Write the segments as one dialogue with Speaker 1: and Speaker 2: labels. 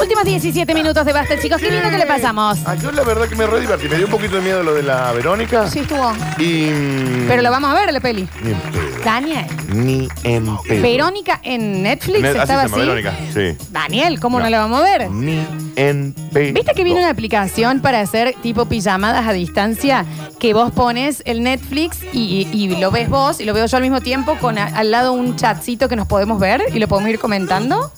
Speaker 1: Últimos 17 minutos de basta, chicos. Qué lindo que le pasamos.
Speaker 2: Ah, yo la verdad que me re divertí. Me dio un poquito de miedo lo de la Verónica.
Speaker 1: Sí, estuvo.
Speaker 2: Y.
Speaker 1: Pero lo vamos a ver, la peli.
Speaker 2: Ni en pedo.
Speaker 1: Daniel.
Speaker 2: Ni en pedo.
Speaker 1: Verónica en Netflix
Speaker 2: Ne- así
Speaker 1: estaba
Speaker 2: se llama,
Speaker 1: así.
Speaker 2: Verónica. Sí.
Speaker 1: Daniel, ¿cómo no.
Speaker 2: No.
Speaker 1: la vamos a ver?
Speaker 2: Ni en pedo.
Speaker 1: ¿Viste que viene una aplicación para hacer tipo pijamadas a distancia? Que vos pones el Netflix y, y- y lo ves vos y lo veo yo al mismo tiempo con a- al lado un chatcito que nos podemos ver y lo podemos ir comentando.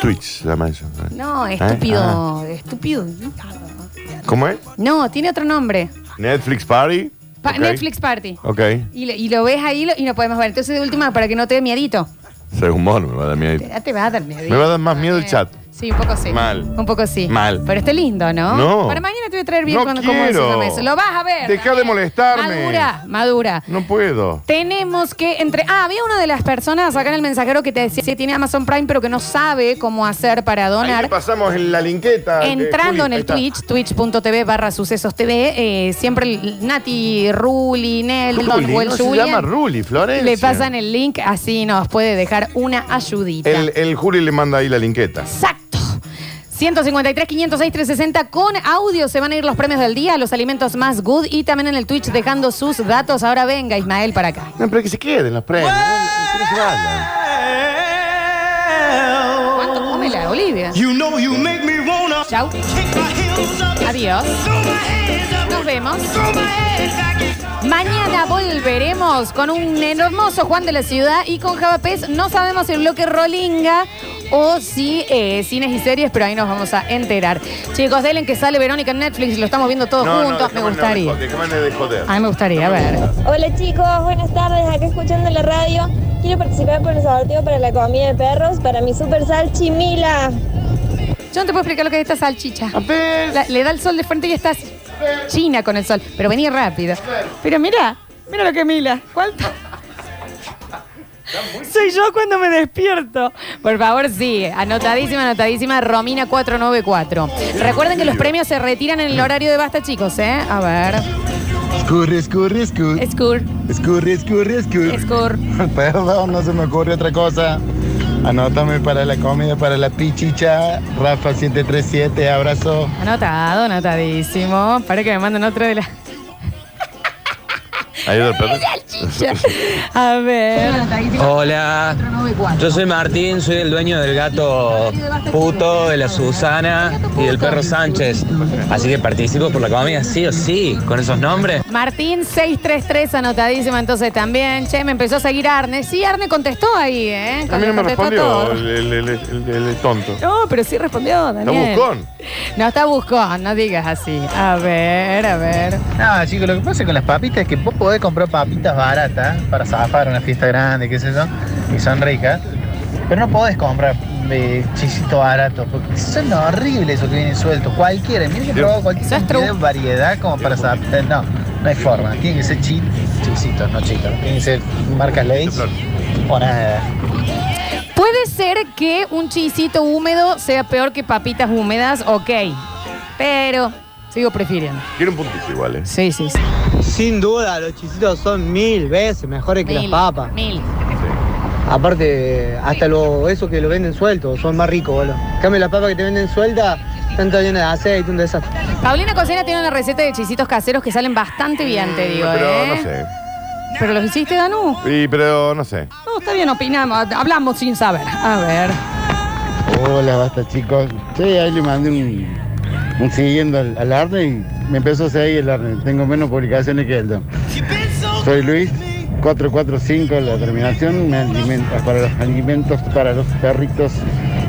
Speaker 2: Twitch se llama eso.
Speaker 1: No,
Speaker 2: ¿Eh?
Speaker 1: estúpido, estúpido.
Speaker 2: Ah, ¿Cómo es?
Speaker 1: No, tiene otro nombre.
Speaker 2: Netflix Party.
Speaker 1: Pa-
Speaker 2: Ok.
Speaker 1: Netflix Party.
Speaker 2: Ok.
Speaker 1: Y, lo- y lo ves ahí lo- y lo podemos ver. Entonces, de última, para que no te dé miedito.
Speaker 2: Soy un mono, me va a dar miedo.
Speaker 1: Ah. Te, te va a dar miedito.
Speaker 2: Me va a dar más miedo el chat.
Speaker 1: Sí, un poco sí.
Speaker 2: Mal.
Speaker 1: Un poco sí.
Speaker 2: Mal.
Speaker 1: Pero está lindo, ¿no?
Speaker 2: No.
Speaker 1: Para mañana te voy a traer bien
Speaker 2: No
Speaker 1: cuando
Speaker 2: quiero.
Speaker 1: como eso. Lo vas a ver.
Speaker 2: Dejá
Speaker 1: Daniel.
Speaker 2: de molestarme.
Speaker 1: Madura, madura.
Speaker 2: No puedo.
Speaker 1: Tenemos que entre. Ah, había una de las personas acá en el mensajero que te decía que tiene Amazon Prime, pero que no sabe cómo hacer para
Speaker 2: Ahí
Speaker 1: donar.
Speaker 2: te pasamos en la linqueta. de Juli.
Speaker 1: Entrando en
Speaker 2: Ahí
Speaker 1: el
Speaker 2: está.
Speaker 1: Twitch, twitch.tv barra sucesos TV, eh, siempre el- Nati, Ruli, Neldon
Speaker 2: Ruli,
Speaker 1: o el
Speaker 2: no se
Speaker 1: Julian,
Speaker 2: llama Ruli, Florencia.
Speaker 1: le pasan el link, así nos puede dejar una ayudita.
Speaker 2: El, el Juli le manda ahí la linqueta.
Speaker 1: Exacto. 153, 506, 360 con audio se van a ir los premios del día, los alimentos más good y también en el Twitch dejando sus datos. Ahora venga Ismael para acá.
Speaker 2: No, pero que se queden los premios. no, que no se vayan.
Speaker 1: ¿Cuánto come la Olivia?
Speaker 3: Ah. You know you make me wanna
Speaker 1: Chau.
Speaker 3: kick my heels up,
Speaker 1: Adiós.
Speaker 3: throw my hands up,
Speaker 1: Nos vemos.
Speaker 3: throw my head back and
Speaker 1: Mañana volveremos con un hermoso Juan de la Ciudad y con Javapés. No sabemos el bloque Rolinga o si eh, cines y series, pero ahí nos vamos a enterar. Chicos, denle que sale Verónica en Netflix, lo estamos viendo todos
Speaker 2: No, no,
Speaker 1: juntos. me
Speaker 2: déjame, no,
Speaker 1: gustaría.
Speaker 2: de- déjame de joder.
Speaker 1: a mí me gustaría, a ver.
Speaker 4: Hola chicos, buenas tardes, acá escuchando la radio. Quiero participar por el sorteo para la comida de perros, para mi super salchi Mila.
Speaker 1: Yo no te puedo explicar lo que es esta salchicha.
Speaker 2: A ver.
Speaker 1: La- le da el sol de frente y estás china con el sol. Pero vení rápido. Pero mira, mira lo que mila. ¿Cuánto? Soy yo cuando me despierto. Por favor, sí. Anotadísima, anotadísima, Romina 494. Recuerden que los premios se retiran en el horario de basta, chicos, ¿eh? A ver.
Speaker 5: Escurri, escurri, escurri.
Speaker 1: Skur,
Speaker 5: Escurri, escurri, escurri.
Speaker 1: Skur.
Speaker 5: Perdón, no se me ocurre otra cosa. Anótame para la comida, para la pichicha. Rafa 737, abrazo.
Speaker 1: Anotado, anotadísimo. Para que me manden otra de las.
Speaker 2: Ahí está el perro.
Speaker 1: A ver.
Speaker 6: Hola, yo soy Martín, soy el dueño del gato puto, de la Susana y del perro Sánchez. Así que participo por la comida, sí o sí, con esos nombres.
Speaker 1: Martín 633, anotadísima entonces también. Che, me empezó a seguir Arne. Sí, Arne contestó ahí, ¿eh?
Speaker 2: A mí no me
Speaker 1: Contestó
Speaker 2: respondió
Speaker 1: todo.
Speaker 2: el, el- el- el- el- el tonto.
Speaker 1: No, pero sí respondió,
Speaker 2: Está
Speaker 1: Daniel.
Speaker 2: buscón.
Speaker 1: No, está buscón, no digas así. A ver, a ver.
Speaker 5: No, chicos, lo que pasa con las papitas es que vos podés comprar papitas baratas para zafar una fiesta grande, qué sé yo, y son ricas. Pero no podés comprar eh, chisitos baratos, porque son horribles esos que vienen sueltos. Cualquiera, miren que he
Speaker 2: Dios.
Speaker 5: probado cualquier
Speaker 1: Eso es
Speaker 5: cantidad de
Speaker 1: true.
Speaker 5: variedad como para zapatar. No, no hay forma. Tienen que ser chi- chisitos, no chitos. Tienen que ser marcas Lays o nada.
Speaker 1: Puede ser que un chisito húmedo sea peor que papitas húmedas, ok. Pero sigo prefiriendo.
Speaker 2: Quiero un puntito igual, ¿eh?
Speaker 1: Sí, sí, sí.
Speaker 7: Sin duda, los chisitos son mil veces mejores que las
Speaker 1: Mil,
Speaker 7: papas.
Speaker 1: Mil.
Speaker 7: Aparte, hasta lo, eso que lo venden suelto, son más ricos, boludo. En cambio, las papas que te venden sueltas están todas llenas de aceite, un desastre.
Speaker 1: Paulina Cocina tiene una receta de chisitos caseros que salen bastante bien, te digo,
Speaker 2: Mm, Pero
Speaker 1: ¿eh?
Speaker 2: no sé.
Speaker 1: Pero los hiciste, Danú.
Speaker 2: Sí, pero no sé.
Speaker 1: No, está bien, opinamos, hablamos sin saber. A ver.
Speaker 5: Hola, basta chicos. Sí, ahí le mandé un, un siguiendo al, al Arne y me empezó a seguir el Arne. Tengo menos publicaciones que él. ¿no? Soy Luis, 445, la terminación, me alimenta para los alimentos para los perritos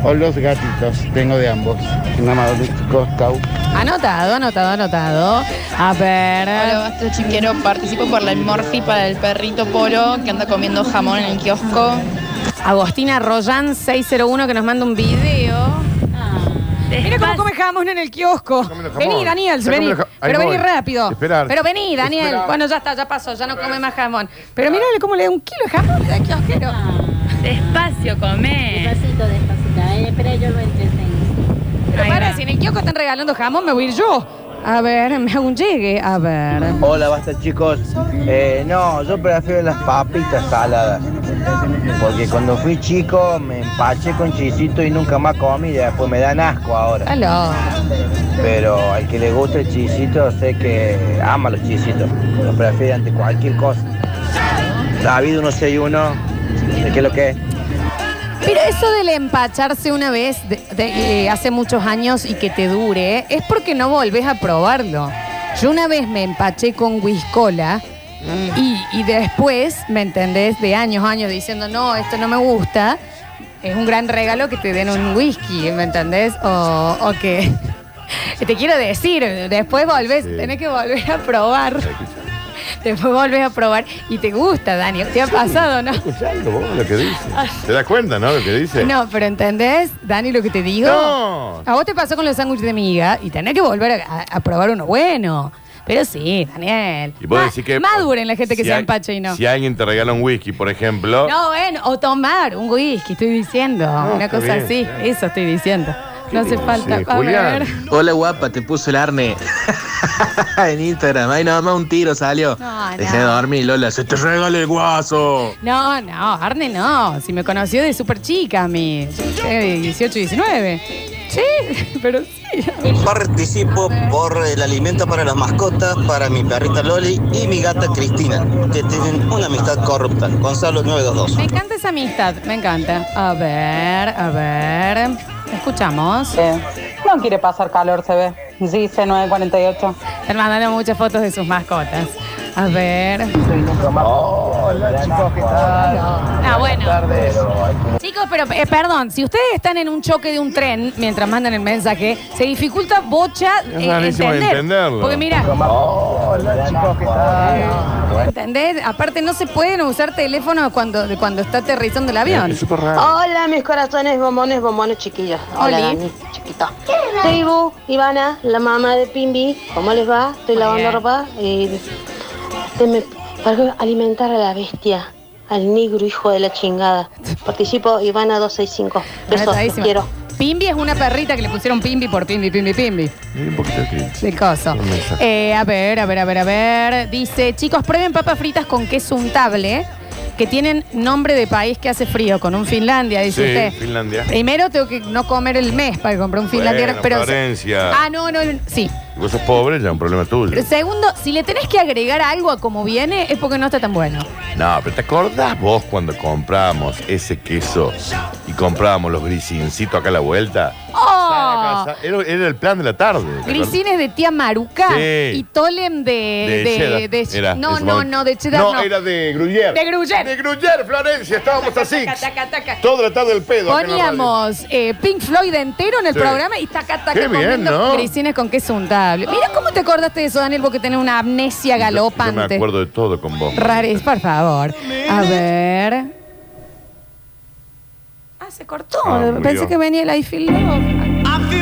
Speaker 5: o los gatitos. Tengo de ambos. Un amador chicos, chau.
Speaker 1: Anotado, anotado, anotado. A ver.
Speaker 8: Hola, basta este chiquero. Participo por la Morphy para el perrito Polo que anda comiendo jamón en el kiosco.
Speaker 1: Agostina Royan 601 que nos manda un video. Mira cómo come jamón en el kiosco.
Speaker 2: Comiendo jamón.
Speaker 1: Vení, Daniel,
Speaker 2: Está
Speaker 1: vení.
Speaker 2: comiendo ja- Ahí
Speaker 1: Pero vení
Speaker 2: voy.
Speaker 1: rápido.
Speaker 2: Esperar.
Speaker 1: Pero vení, Daniel.
Speaker 2: Esperar.
Speaker 1: Bueno, ya está, ya pasó, ya no come más jamón. Pero mírale cómo le da un kilo de jamón al kiosquero.
Speaker 9: Despacio, come.
Speaker 10: Despacito, despacito. Espera, yo lo entretengo.
Speaker 1: Pero para, si en el kiosco están regalando jamón, me voy a ir yo. A ver, me hago un llegue. A ver.
Speaker 10: Hola, basta chicos. Eh, no, yo prefiero las papitas saladas. Porque cuando fui chico me empaché con chisito y nunca más comí, después me dan asco ahora.
Speaker 1: Aló.
Speaker 10: Pero al que le gusta el chisito, sé que ama los chisitos. Los prefiere ante cualquier cosa. David 161, ¿de qué es lo que es?
Speaker 1: Pero eso del empacharse una vez de- de- eh, hace muchos años y que te dure, ¿eh? es porque no volvés a probarlo. Yo una vez me empaché con Whiskola y, y después, ¿me entendés? De años, años diciendo, no, esto no me gusta. Es un gran regalo que te den un whisky, ¿me entendés? O, o que... Te quiero decir, después volvés,
Speaker 2: Sí.
Speaker 1: tenés que volver a probar. Después volvés a probar y te gusta, Dani. ¿Te ha pasado, no? Ah.
Speaker 2: Escuchando vos lo que dice. ¿Te das cuenta, no? Lo que dice.
Speaker 1: No, pero ¿entendés, Dani, lo que te digo?
Speaker 2: No.
Speaker 1: A vos te pasó con los sándwiches de miga y tenés que volver a, a- a probar uno bueno. Pero sí, Daniel.
Speaker 2: Y vos
Speaker 1: Ma-
Speaker 2: decís que.
Speaker 1: Maduren la gente que
Speaker 2: si
Speaker 1: se
Speaker 2: hay-
Speaker 1: empacha y no.
Speaker 2: Si alguien te regala un whisky, por ejemplo.
Speaker 1: No, bueno, o tomar un whisky, estoy diciendo. Una
Speaker 2: está
Speaker 1: cosa
Speaker 2: bien,
Speaker 1: así,
Speaker 2: claro.
Speaker 1: eso estoy diciendo. No hace
Speaker 2: dices,
Speaker 1: falta. A
Speaker 2: Julián?
Speaker 1: ver.
Speaker 6: Hola guapa, te puso el arne en Instagram. Ay, nada más un tiro salió.
Speaker 1: No, no.
Speaker 6: Dejé de dormir, Lola. Se te regala el guaso.
Speaker 1: No, no, Arne no. Si me conoció de súper chica a mí. Eh, 18, 19. Sí, pero sí.
Speaker 10: Participo por el alimento para las mascotas, para mi perrita Loli y mi gata Cristina, que tienen una amistad corrupta. Gonzalo 922.
Speaker 1: Me encanta esa amistad, me encanta. A ver, a ver. Escuchamos.
Speaker 11: No quiere pasar calor, se ve. Dice 948.
Speaker 1: Están mandando muchas fotos de sus mascotas. A ver.
Speaker 10: Hola chicos, ¿qué tal?
Speaker 1: Ah, bueno. Chicos, pero eh, perdón, si ustedes están en un choque de un tren mientras mandan el mensaje, se dificulta bocha
Speaker 2: Es
Speaker 1: eh,
Speaker 2: rarísimo
Speaker 1: entender.
Speaker 2: entenderlo.
Speaker 1: Porque mira,
Speaker 10: Hola chicos, ¿qué tal?
Speaker 1: ¿entendés? Aparte no se pueden usar teléfonos cuando, de cuando está aterrizando el avión.
Speaker 2: Eh,
Speaker 1: Oh.
Speaker 2: Es súper raro.
Speaker 11: Hola, mis corazones, bombones, bombones, chiquillos.
Speaker 1: Hola.
Speaker 11: Hola, Dani, chiquito. Soy Ibu, Ivana, la mamá de Pimbi. ¿Cómo les va? Estoy
Speaker 1: Muy
Speaker 11: lavando
Speaker 1: bien.
Speaker 11: ropa y se me paró alimentar a la bestia, al negro hijo de la chingada. Participo Ivana 265. Besos, los
Speaker 1: Anotadísima.
Speaker 11: quiero.
Speaker 1: Pimbi es una perrita que le pusieron Pimbi por Pimbi, Pimbi, Pimbi.
Speaker 2: Mira un poquito aquí.
Speaker 1: Del coso.
Speaker 2: Un mensaje.
Speaker 1: Eh, a ver, a ver, a ver, a ver. Dice, chicos, prueben papas fritas con queso untable, que tienen nombre de país que hace frío, con un Finlandia,
Speaker 2: Sí,
Speaker 1: dice usted. Eh.
Speaker 2: Finlandia.
Speaker 1: Primero tengo que no comer el mes para comprar un Finlandia.
Speaker 2: Bueno,
Speaker 1: pero
Speaker 2: Florencia.
Speaker 1: Ah, no, no, sí.
Speaker 2: Vos sos pobre, ya un problema tuyo.
Speaker 1: Pero segundo, si le tenés que agregar algo a como viene, es porque no está tan bueno.
Speaker 2: No, pero ¿te acordás vos cuando compramos ese queso y comprábamos los grisincitos acá a la vuelta?
Speaker 1: ¡Oh!
Speaker 2: Era, era el plan de la tarde. ¿te acordás?
Speaker 1: Grisines de tía Maruca
Speaker 2: Sí.
Speaker 1: y Tolem eh, de.
Speaker 2: De,
Speaker 1: de-
Speaker 2: cheddar. Era,
Speaker 1: no,
Speaker 2: en su
Speaker 1: no,
Speaker 2: momento.
Speaker 1: no, de cheddar. No,
Speaker 2: No, era de Gruyère.
Speaker 1: De Gruyère.
Speaker 2: De Gruyère, Florencia. Estábamos a Six.
Speaker 1: Taca, taca.
Speaker 2: Toda la tarde el pedo. acá en la radio.
Speaker 1: Poníamos eh, Pink Floyd entero en el
Speaker 2: Sí.
Speaker 1: programa y taca, taca,
Speaker 2: Qué bien,
Speaker 1: comiendo
Speaker 2: ¿no?
Speaker 1: grisines con queso untable. Mira cómo te acordaste de eso, Daniel, porque tenés una amnesia galopante.
Speaker 2: Yo me acuerdo de todo con vos.
Speaker 1: Rares, por favor. A ver. Ah, se cortó.
Speaker 2: Ah, murió.
Speaker 1: Pensé que venía el I Feel Love.
Speaker 3: I feel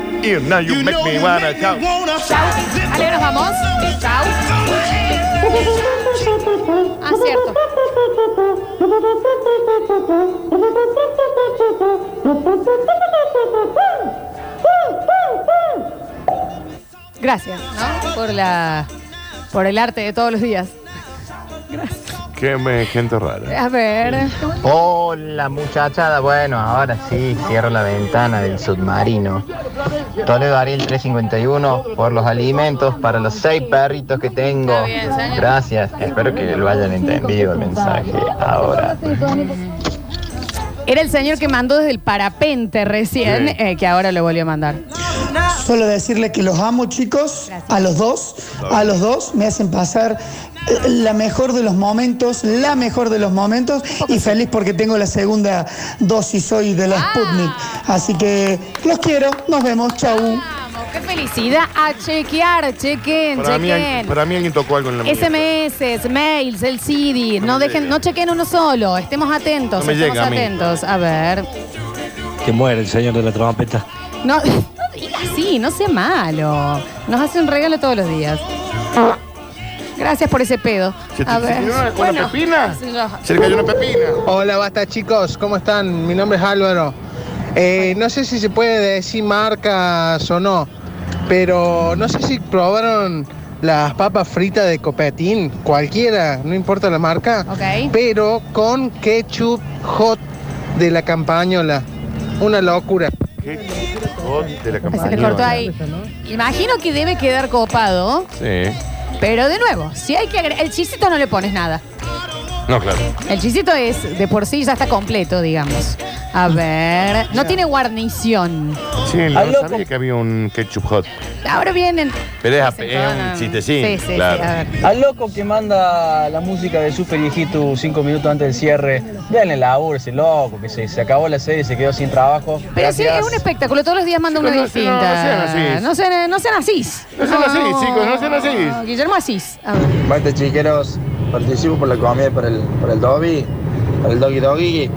Speaker 2: You know you,
Speaker 3: You
Speaker 2: make
Speaker 3: know
Speaker 2: me
Speaker 3: you
Speaker 2: wanna
Speaker 3: make me
Speaker 2: shout.
Speaker 3: wanna
Speaker 1: Dale que nos vamos. Chau. Ah, cierto. Gracias, ¿no? Por la. Por el arte de todos los días.
Speaker 2: Qué me- gente rara.
Speaker 1: A ver.
Speaker 10: Hola muchachada, bueno, ahora sí, cierro la ventana del submarino. Toledo Ariel 351 por los alimentos para los seis perritos que tengo.
Speaker 1: Está bien, señor.
Speaker 10: Gracias, espero que lo hayan entendido el mensaje ahora.
Speaker 1: Era el señor que mandó desde el parapente recién,
Speaker 2: Sí.
Speaker 1: eh, que ahora lo volvió a mandar.
Speaker 12: Solo decirles que los amo, chicos, a los dos. A los dos me hacen pasar eh, la mejor de los momentos, la mejor de los momentos. Y feliz porque tengo la segunda
Speaker 8: Ah.
Speaker 12: dosis hoy de la Sputnik. Así que los quiero, nos vemos, chau.
Speaker 1: Vamos, Qué felicidad. A chequear, chequen,
Speaker 2: Para mí,
Speaker 1: chequen.
Speaker 2: al- para mí alguien tocó algo en la muñeca.
Speaker 1: SMS, mails, el CD, no, dejen, no chequen uno solo, estemos atentos,
Speaker 6: No me
Speaker 1: estemos
Speaker 6: llega a mí.
Speaker 1: atentos. A ver.
Speaker 6: Que muere el señor de la trompeta.
Speaker 1: No, no diga así, no sea malo. Nos hace un regalo todos los días. Gracias por ese pedo.
Speaker 2: ¿Se te
Speaker 1: A ver.
Speaker 2: sirvió una
Speaker 1: Bueno,
Speaker 2: pepina?
Speaker 1: qué sé yo.
Speaker 2: Se le cayó una pepina.
Speaker 13: Hola, basta chicos, ¿cómo están? Mi nombre es Álvaro. Eh, no sé si se puede decir marcas o no, pero no sé si probaron las papas fritas de copetín, cualquiera, no importa la marca, pero con ketchup hot de la campañola. Una locura.
Speaker 2: Oh, de la
Speaker 1: Ah, Se le
Speaker 2: campaña.
Speaker 1: cortó ahí. Imagino que debe quedar copado,
Speaker 2: Sí.
Speaker 1: pero de nuevo, si hay que agregar. El chisito no le pones nada.
Speaker 2: No, claro.
Speaker 1: El chisito es de por sí ya está completo, digamos. A ver. No tiene guarnición.
Speaker 2: Sí, no
Speaker 1: Al loco.
Speaker 2: sabía que había un ketchup hot.
Speaker 1: Ahora vienen.
Speaker 2: Pero es, ap- es
Speaker 1: Ah,
Speaker 2: un chistecín.
Speaker 1: Sí, sí, sí, a
Speaker 2: claro.
Speaker 1: ver.
Speaker 14: Al loco que manda la música de Super Viejito cinco minutos antes del cierre, denle laburo ese loco que se, se acabó la serie, se quedó sin trabajo.
Speaker 1: Pero sí,
Speaker 14: Gracias.
Speaker 1: es un espectáculo. Todos los días manda una
Speaker 14: Chicos, no se-
Speaker 1: distinta.
Speaker 14: no, no sean asís.
Speaker 1: No sean, no sean asís.
Speaker 14: No sean asís, chicos, no sean asís.
Speaker 1: Guillermo asís. A ver.
Speaker 14: Basta chiqueros, participo por la comida para el, para el Dobby, para el Doggy Doggy.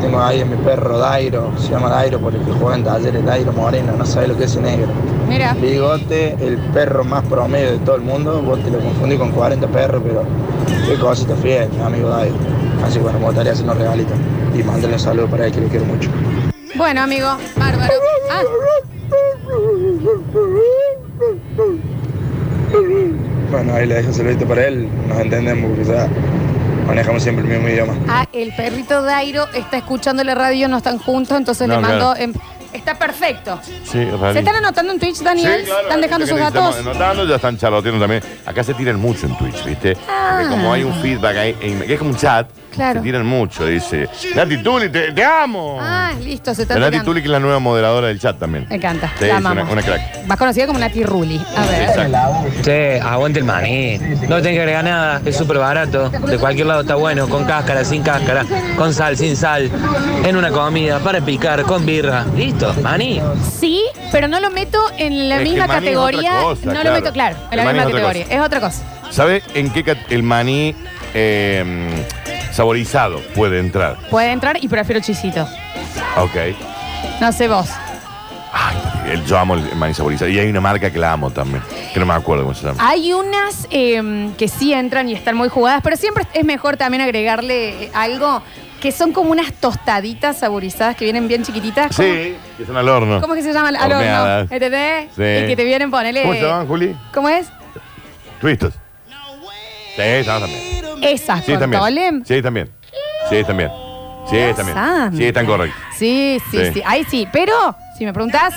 Speaker 14: Tengo ahí a mi perro Dairo, se llama Dairo por el que juega en talleres, Dairo Moreno, no sabe lo que es ese negro.
Speaker 1: Mira.
Speaker 14: Bigote, el perro más promedio de todo el mundo, vos te lo confundí con 40 perros, pero qué cosita fiel, mi amigo Dairo. Así que bueno, me gustaría hacer unos regalitos y mandarle un saludo para él que lo quiero mucho.
Speaker 1: Bueno, amigo, bárbaro. Ah.
Speaker 14: Bueno, ahí le dejo un saludito para él, nos entendemos porque ya manejamos siempre el mismo idioma.
Speaker 1: Ah, el perrito Dairo está escuchando la radio, no están juntos, entonces
Speaker 14: No,
Speaker 1: le mando.
Speaker 14: claro.
Speaker 1: em, está perfecto.
Speaker 2: Sí,
Speaker 1: ¿Se
Speaker 2: realista.
Speaker 1: están anotando en Twitch, Daniel?
Speaker 2: Sí, claro,
Speaker 1: ¿eh? ¿Están
Speaker 2: hay
Speaker 1: dejando
Speaker 2: gente
Speaker 1: sus
Speaker 2: que le estamos
Speaker 1: datos?
Speaker 2: Anotando, ya están charloteando también. Acá se tiran mucho en Twitch, ¿viste? Porque como hay un feedback ahí, en- que es como un chat,
Speaker 1: Ah. Claro.
Speaker 2: se tiran mucho. Dice, Nati Tuli, te, te amo.
Speaker 1: Ah, listo, se
Speaker 2: La
Speaker 1: están
Speaker 2: Nati
Speaker 1: tirando.
Speaker 2: Tuli, que es la nueva moderadora del chat también.
Speaker 1: Me encanta,
Speaker 2: Sí,
Speaker 1: la
Speaker 2: es
Speaker 1: amamos.
Speaker 2: una, una crack.
Speaker 1: Más conocida como Nati Ruli. A ver.
Speaker 6: Che, aguante el maní. No tenés que agregar nada, es súper barato. De cualquier lado está bueno, con cáscara, sin cáscara, con sal, sin sal, en una comida, para picar, con birra. Listo, maní.
Speaker 1: Sí, pero no lo meto en la
Speaker 2: Es que
Speaker 1: misma
Speaker 2: el maní es
Speaker 1: categoría.
Speaker 2: otra cosa,
Speaker 1: no lo
Speaker 2: claro.
Speaker 1: meto, claro, en la
Speaker 2: El maní
Speaker 1: misma
Speaker 2: es otra
Speaker 1: categoría.
Speaker 2: cosa.
Speaker 1: Es otra cosa.
Speaker 2: ¿Sabe en qué cat- el maní eh, saborizado puede entrar?
Speaker 1: Puede entrar y prefiero chisito.
Speaker 2: Ok.
Speaker 1: No sé vos.
Speaker 2: El- Yo amo el maní saborizado. Y hay una marca que la amo también, que no me acuerdo cómo se llama.
Speaker 1: Hay unas eh, que sí entran y están muy jugadas, pero siempre es mejor también agregarle eh, algo que son como unas tostaditas saborizadas que vienen bien chiquititas. ¿Cómo,
Speaker 2: Sí, que son al horno.
Speaker 1: cómo es que se llama? Al horno.
Speaker 2: Horneadas.
Speaker 1: ¿Entendés?
Speaker 2: Sí.
Speaker 1: Y que te vienen, ponele.
Speaker 2: ¿Cómo se llaman, Juli?
Speaker 1: ¿Cómo es?
Speaker 2: Twistos. Sí, estamos también.
Speaker 1: Esas,
Speaker 2: Sí,
Speaker 1: con
Speaker 2: también.
Speaker 1: Tolem.
Speaker 2: Sí, también. Sí, también. Sí, también.
Speaker 1: Pasan.
Speaker 2: Sí, están correctos.
Speaker 1: Sí, sí, sí,
Speaker 2: Sí.
Speaker 1: Ahí sí. Pero, si me preguntás,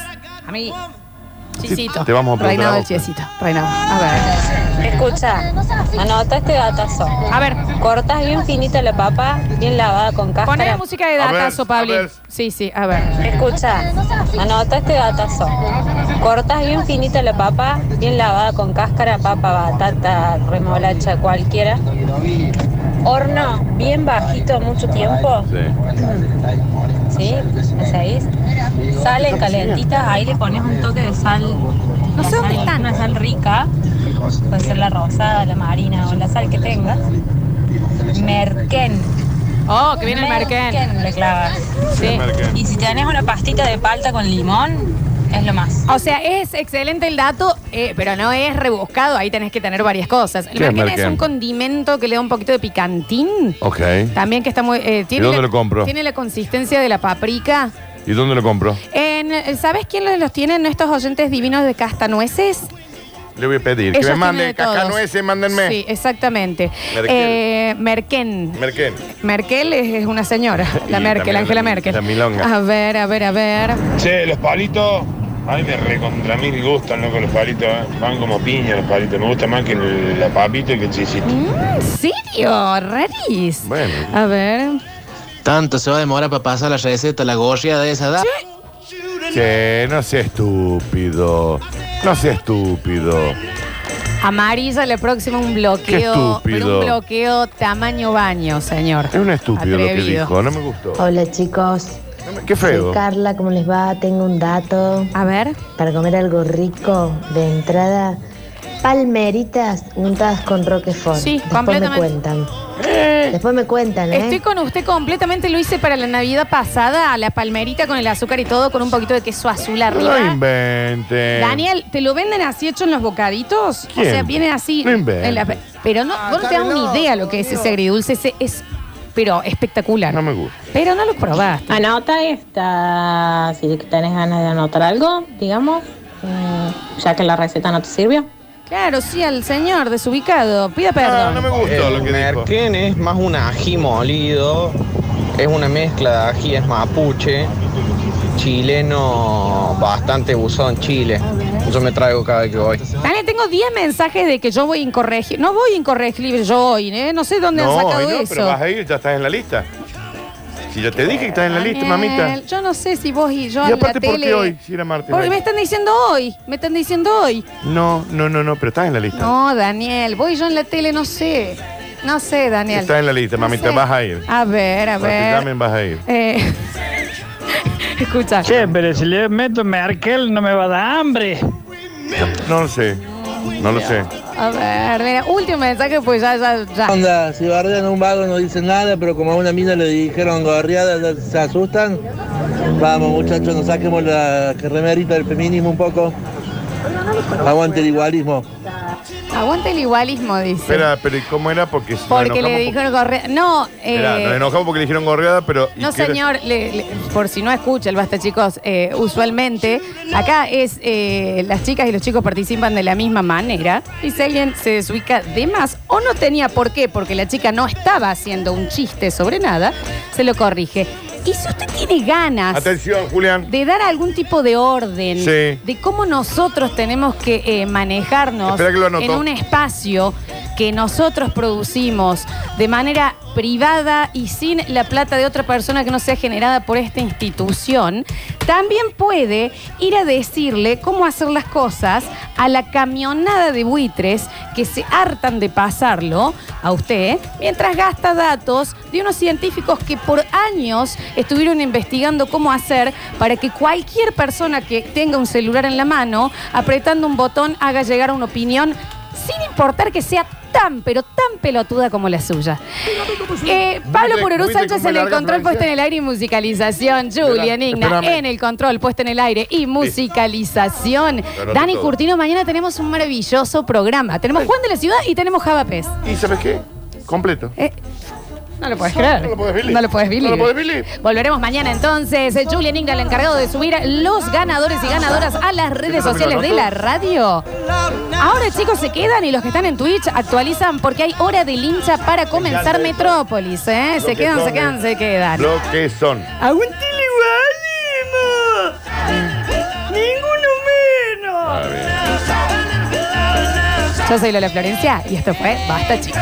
Speaker 1: a mí. Chisito.
Speaker 2: te vamos a preguntar
Speaker 1: Reinado
Speaker 2: a
Speaker 1: del
Speaker 2: vos. pues.
Speaker 1: chisito. Reinado. A ver.
Speaker 15: Escucha, anota este datazo. A ver. Cortas bien finita la papa, bien lavada con cáscara.
Speaker 1: Poné la música de datazo, Pablo.
Speaker 15: Pablo.
Speaker 1: Sí, sí, a ver.
Speaker 15: Escucha, anota este datazo. Cortas bien finita la papa, bien lavada con cáscara, papa, batata, remolacha, cualquiera. Horno, bien bajito, mucho tiempo. ¿Sí? ¿Me seguís? Salen calentitas, ahí le pones un toque de sal. No sé dónde están. Una sal rica, puede ser la rosada, la marina o la sal que tengas. Merquén.
Speaker 1: Oh, que viene el merquén.
Speaker 15: Le clavas.
Speaker 1: Sí, el merquén.
Speaker 15: Y si tenés una pastita de palta con limón, es lo más.
Speaker 1: O sea, es excelente el dato, eh, pero no es rebuscado. Ahí tenés que tener varias cosas. El
Speaker 2: ¿Qué es
Speaker 1: merquén es
Speaker 2: merquén?
Speaker 1: un condimento que le da un poquito de picantín.
Speaker 2: Ok.
Speaker 1: También que está muy... eh, tiene
Speaker 2: ¿Y dónde
Speaker 1: la-
Speaker 2: lo compro?
Speaker 1: Tiene la consistencia de la paprika.
Speaker 2: ¿Y dónde lo compro?
Speaker 1: En, ¿Sabes quién los- los tienen estos oyentes divinos de Castanueces?
Speaker 2: Le voy a pedir que
Speaker 1: Ellos
Speaker 2: me mande
Speaker 1: tienen de todos.
Speaker 2: cascanueces, mándenme.
Speaker 1: Sí, exactamente.
Speaker 2: Merkel.
Speaker 1: Eh, Merquén.
Speaker 2: Merquén.
Speaker 1: Merkel es, es una señora, la Merkel,
Speaker 2: Y también
Speaker 1: Angela
Speaker 2: la-
Speaker 1: Merkel.
Speaker 2: la milonga.
Speaker 1: A ver, a ver, a ver.
Speaker 16: Che, los palitos, a mí me recontra mil gustan, loco, los palitos, eh. van como piña los palitos, me gusta más que el- la papita y que el chisito.
Speaker 1: ¿En serio? Raris.
Speaker 16: Bueno.
Speaker 1: A ver.
Speaker 17: Tanto se va a demorar para pasar la receta, la gorria de esa edad.
Speaker 2: Che, no sea estúpido. No sea estúpido.
Speaker 1: Amarilla le próxima un bloqueo.
Speaker 2: Qué
Speaker 1: pero
Speaker 2: estúpido.
Speaker 1: un bloqueo tamaño baño, señor.
Speaker 2: Es un estúpido lo que
Speaker 1: Atrevido.
Speaker 2: dijo, no me gustó.
Speaker 18: Hola chicos,
Speaker 2: Qué feo.
Speaker 18: Soy Carla, ¿cómo les va? Tengo un dato.
Speaker 1: A ver.
Speaker 18: Para comer algo rico de entrada, palmeritas untadas con roquefort.
Speaker 1: Sí,
Speaker 18: Después
Speaker 1: completamente.
Speaker 18: me cuentan. Después me cuentan, ¿eh?
Speaker 1: Estoy con usted completamente, lo hice para la Navidad pasada, la palmerita con el azúcar y todo, con un poquito de queso azul
Speaker 2: No
Speaker 1: arriba.
Speaker 2: inventen.
Speaker 1: Daniel, ¿te lo venden así hecho en los bocaditos? O
Speaker 2: ¿Quién?
Speaker 1: sea, viene así.
Speaker 2: No inventes.
Speaker 1: en la- pero no, vos no te das una idea lo que es ese agridulce, ese es, pero espectacular.
Speaker 2: Ah, No me gusta.
Speaker 1: Pero no lo probaste.
Speaker 19: Anota esta, si tenés ganas de anotar algo, digamos, eh, ya que la receta no te sirvió.
Speaker 1: Claro, sí, al señor desubicado. Pida
Speaker 2: Ah,
Speaker 1: perdón.
Speaker 10: el merquén es más un ají molido, es una mezcla de ajíes mapuche, chileno bastante usado en Chile. Yo me traigo cada vez que voy.
Speaker 1: Daniel, tengo 10 mensajes de que yo voy incorregible. No voy incorregible yo hoy, ¿eh? No sé dónde han
Speaker 2: No,
Speaker 1: sacado
Speaker 2: hoy no,
Speaker 1: eso.
Speaker 2: pero vas a ir, ya estás en la lista. Si ya te dije que estás en la lista,
Speaker 1: Daniel,
Speaker 2: mamita.
Speaker 1: Yo no sé si vos y yo
Speaker 2: Y
Speaker 1: en la
Speaker 2: aparte, ¿por
Speaker 1: tele.
Speaker 2: qué hoy? Si era martes.
Speaker 1: Porque
Speaker 2: hoy.
Speaker 1: me están diciendo hoy, me están diciendo hoy.
Speaker 2: No, no, no, no, pero estás en la lista.
Speaker 1: No, Daniel, voy yo en la tele, no sé. No sé, Daniel.
Speaker 2: Estás en la lista, mamita,
Speaker 1: sé.
Speaker 2: vas a ir.
Speaker 1: A ver, a
Speaker 2: Para ti
Speaker 1: ver.
Speaker 2: también vas a ir.
Speaker 1: Eh, Escucha.
Speaker 20: Che, pero si le meto merkel no me va a dar hambre.
Speaker 2: No lo sé, no lo sé.
Speaker 1: a ver, mira, último mensaje, pues ya, ya, ya.
Speaker 21: onda? Si bardean a un vago no dicen nada, pero como a una mina le dijeron gorriada, ya se asustan. Vamos muchachos, nos saquemos la remerita del feminismo un poco. Aguante el igualismo.
Speaker 1: Aguanta el igualismo, dice.
Speaker 2: Espera, pero ¿y cómo era? Porque, nos
Speaker 1: porque le
Speaker 2: enojamos
Speaker 1: dijeron correa. No, eh.
Speaker 2: Mirá, nos enojamos porque le dijeron gorreada, pero. ¿y
Speaker 1: No,
Speaker 2: qué era?
Speaker 1: señor, le- le- por si no escucha el basta, chicos, eh, usualmente acá es eh, las chicas y los chicos participan de la misma manera. Y si alguien se desubica de más o no tenía por qué, porque la chica no estaba haciendo un chiste sobre nada, se lo corrige. Y si usted tiene ganas
Speaker 2: Atención, Julián.
Speaker 1: de dar algún tipo de orden,
Speaker 2: Sí.
Speaker 1: de cómo nosotros tenemos que eh, manejarnos
Speaker 2: Espera que lo anoto.
Speaker 1: en un espacio que nosotros producimos de manera privada y sin la plata de otra persona que no sea generada por esta institución, también puede ir a decirle cómo hacer las cosas a la camionada de buitres que se hartan de pasarlo a usted, mientras gasta datos de unos científicos que por años estuvieron investigando cómo hacer para que cualquier persona que tenga un celular en la mano, apretando un botón, haga llegar una opinión sin importar que sea tan, pero tan pelotuda como la suya. Eh, Pablo
Speaker 3: Buitre-
Speaker 1: Pururú
Speaker 3: buitre
Speaker 1: Sánchez
Speaker 3: como
Speaker 1: en el
Speaker 3: larga Florencia.
Speaker 1: control puesto en el aire y musicalización. Julian Igna
Speaker 3: espérame.
Speaker 1: en el control puesto en el aire y musicalización.
Speaker 2: Pero
Speaker 1: Dani
Speaker 2: no todo.
Speaker 1: Curtino, mañana tenemos un maravilloso programa. Tenemos Juan de la Ciudad y tenemos Javapes.
Speaker 2: ¿Y sabes qué? Completo.
Speaker 1: No lo puedes creer.
Speaker 2: No lo podés believe.
Speaker 1: No lo puedes believe.
Speaker 2: No lo podés believe.
Speaker 1: Volveremos mañana entonces. Eh, Julian Igna, el encargado de subir los ganadores y ganadoras a las redes sociales de la radio. Ahora, chicos, se quedan y los que están en Twitch actualizan porque hay hora del hincha para comenzar Metrópolis. ¿eh?
Speaker 2: Lo
Speaker 1: Se
Speaker 2: que
Speaker 1: quedan,
Speaker 2: son,
Speaker 1: se quedan,
Speaker 2: eh.
Speaker 1: se quedan.
Speaker 2: Lo que son.
Speaker 1: Aguántale, Guadimo. Ninguno menos. Yo soy Lola Florencia y esto fue Basta, chicos.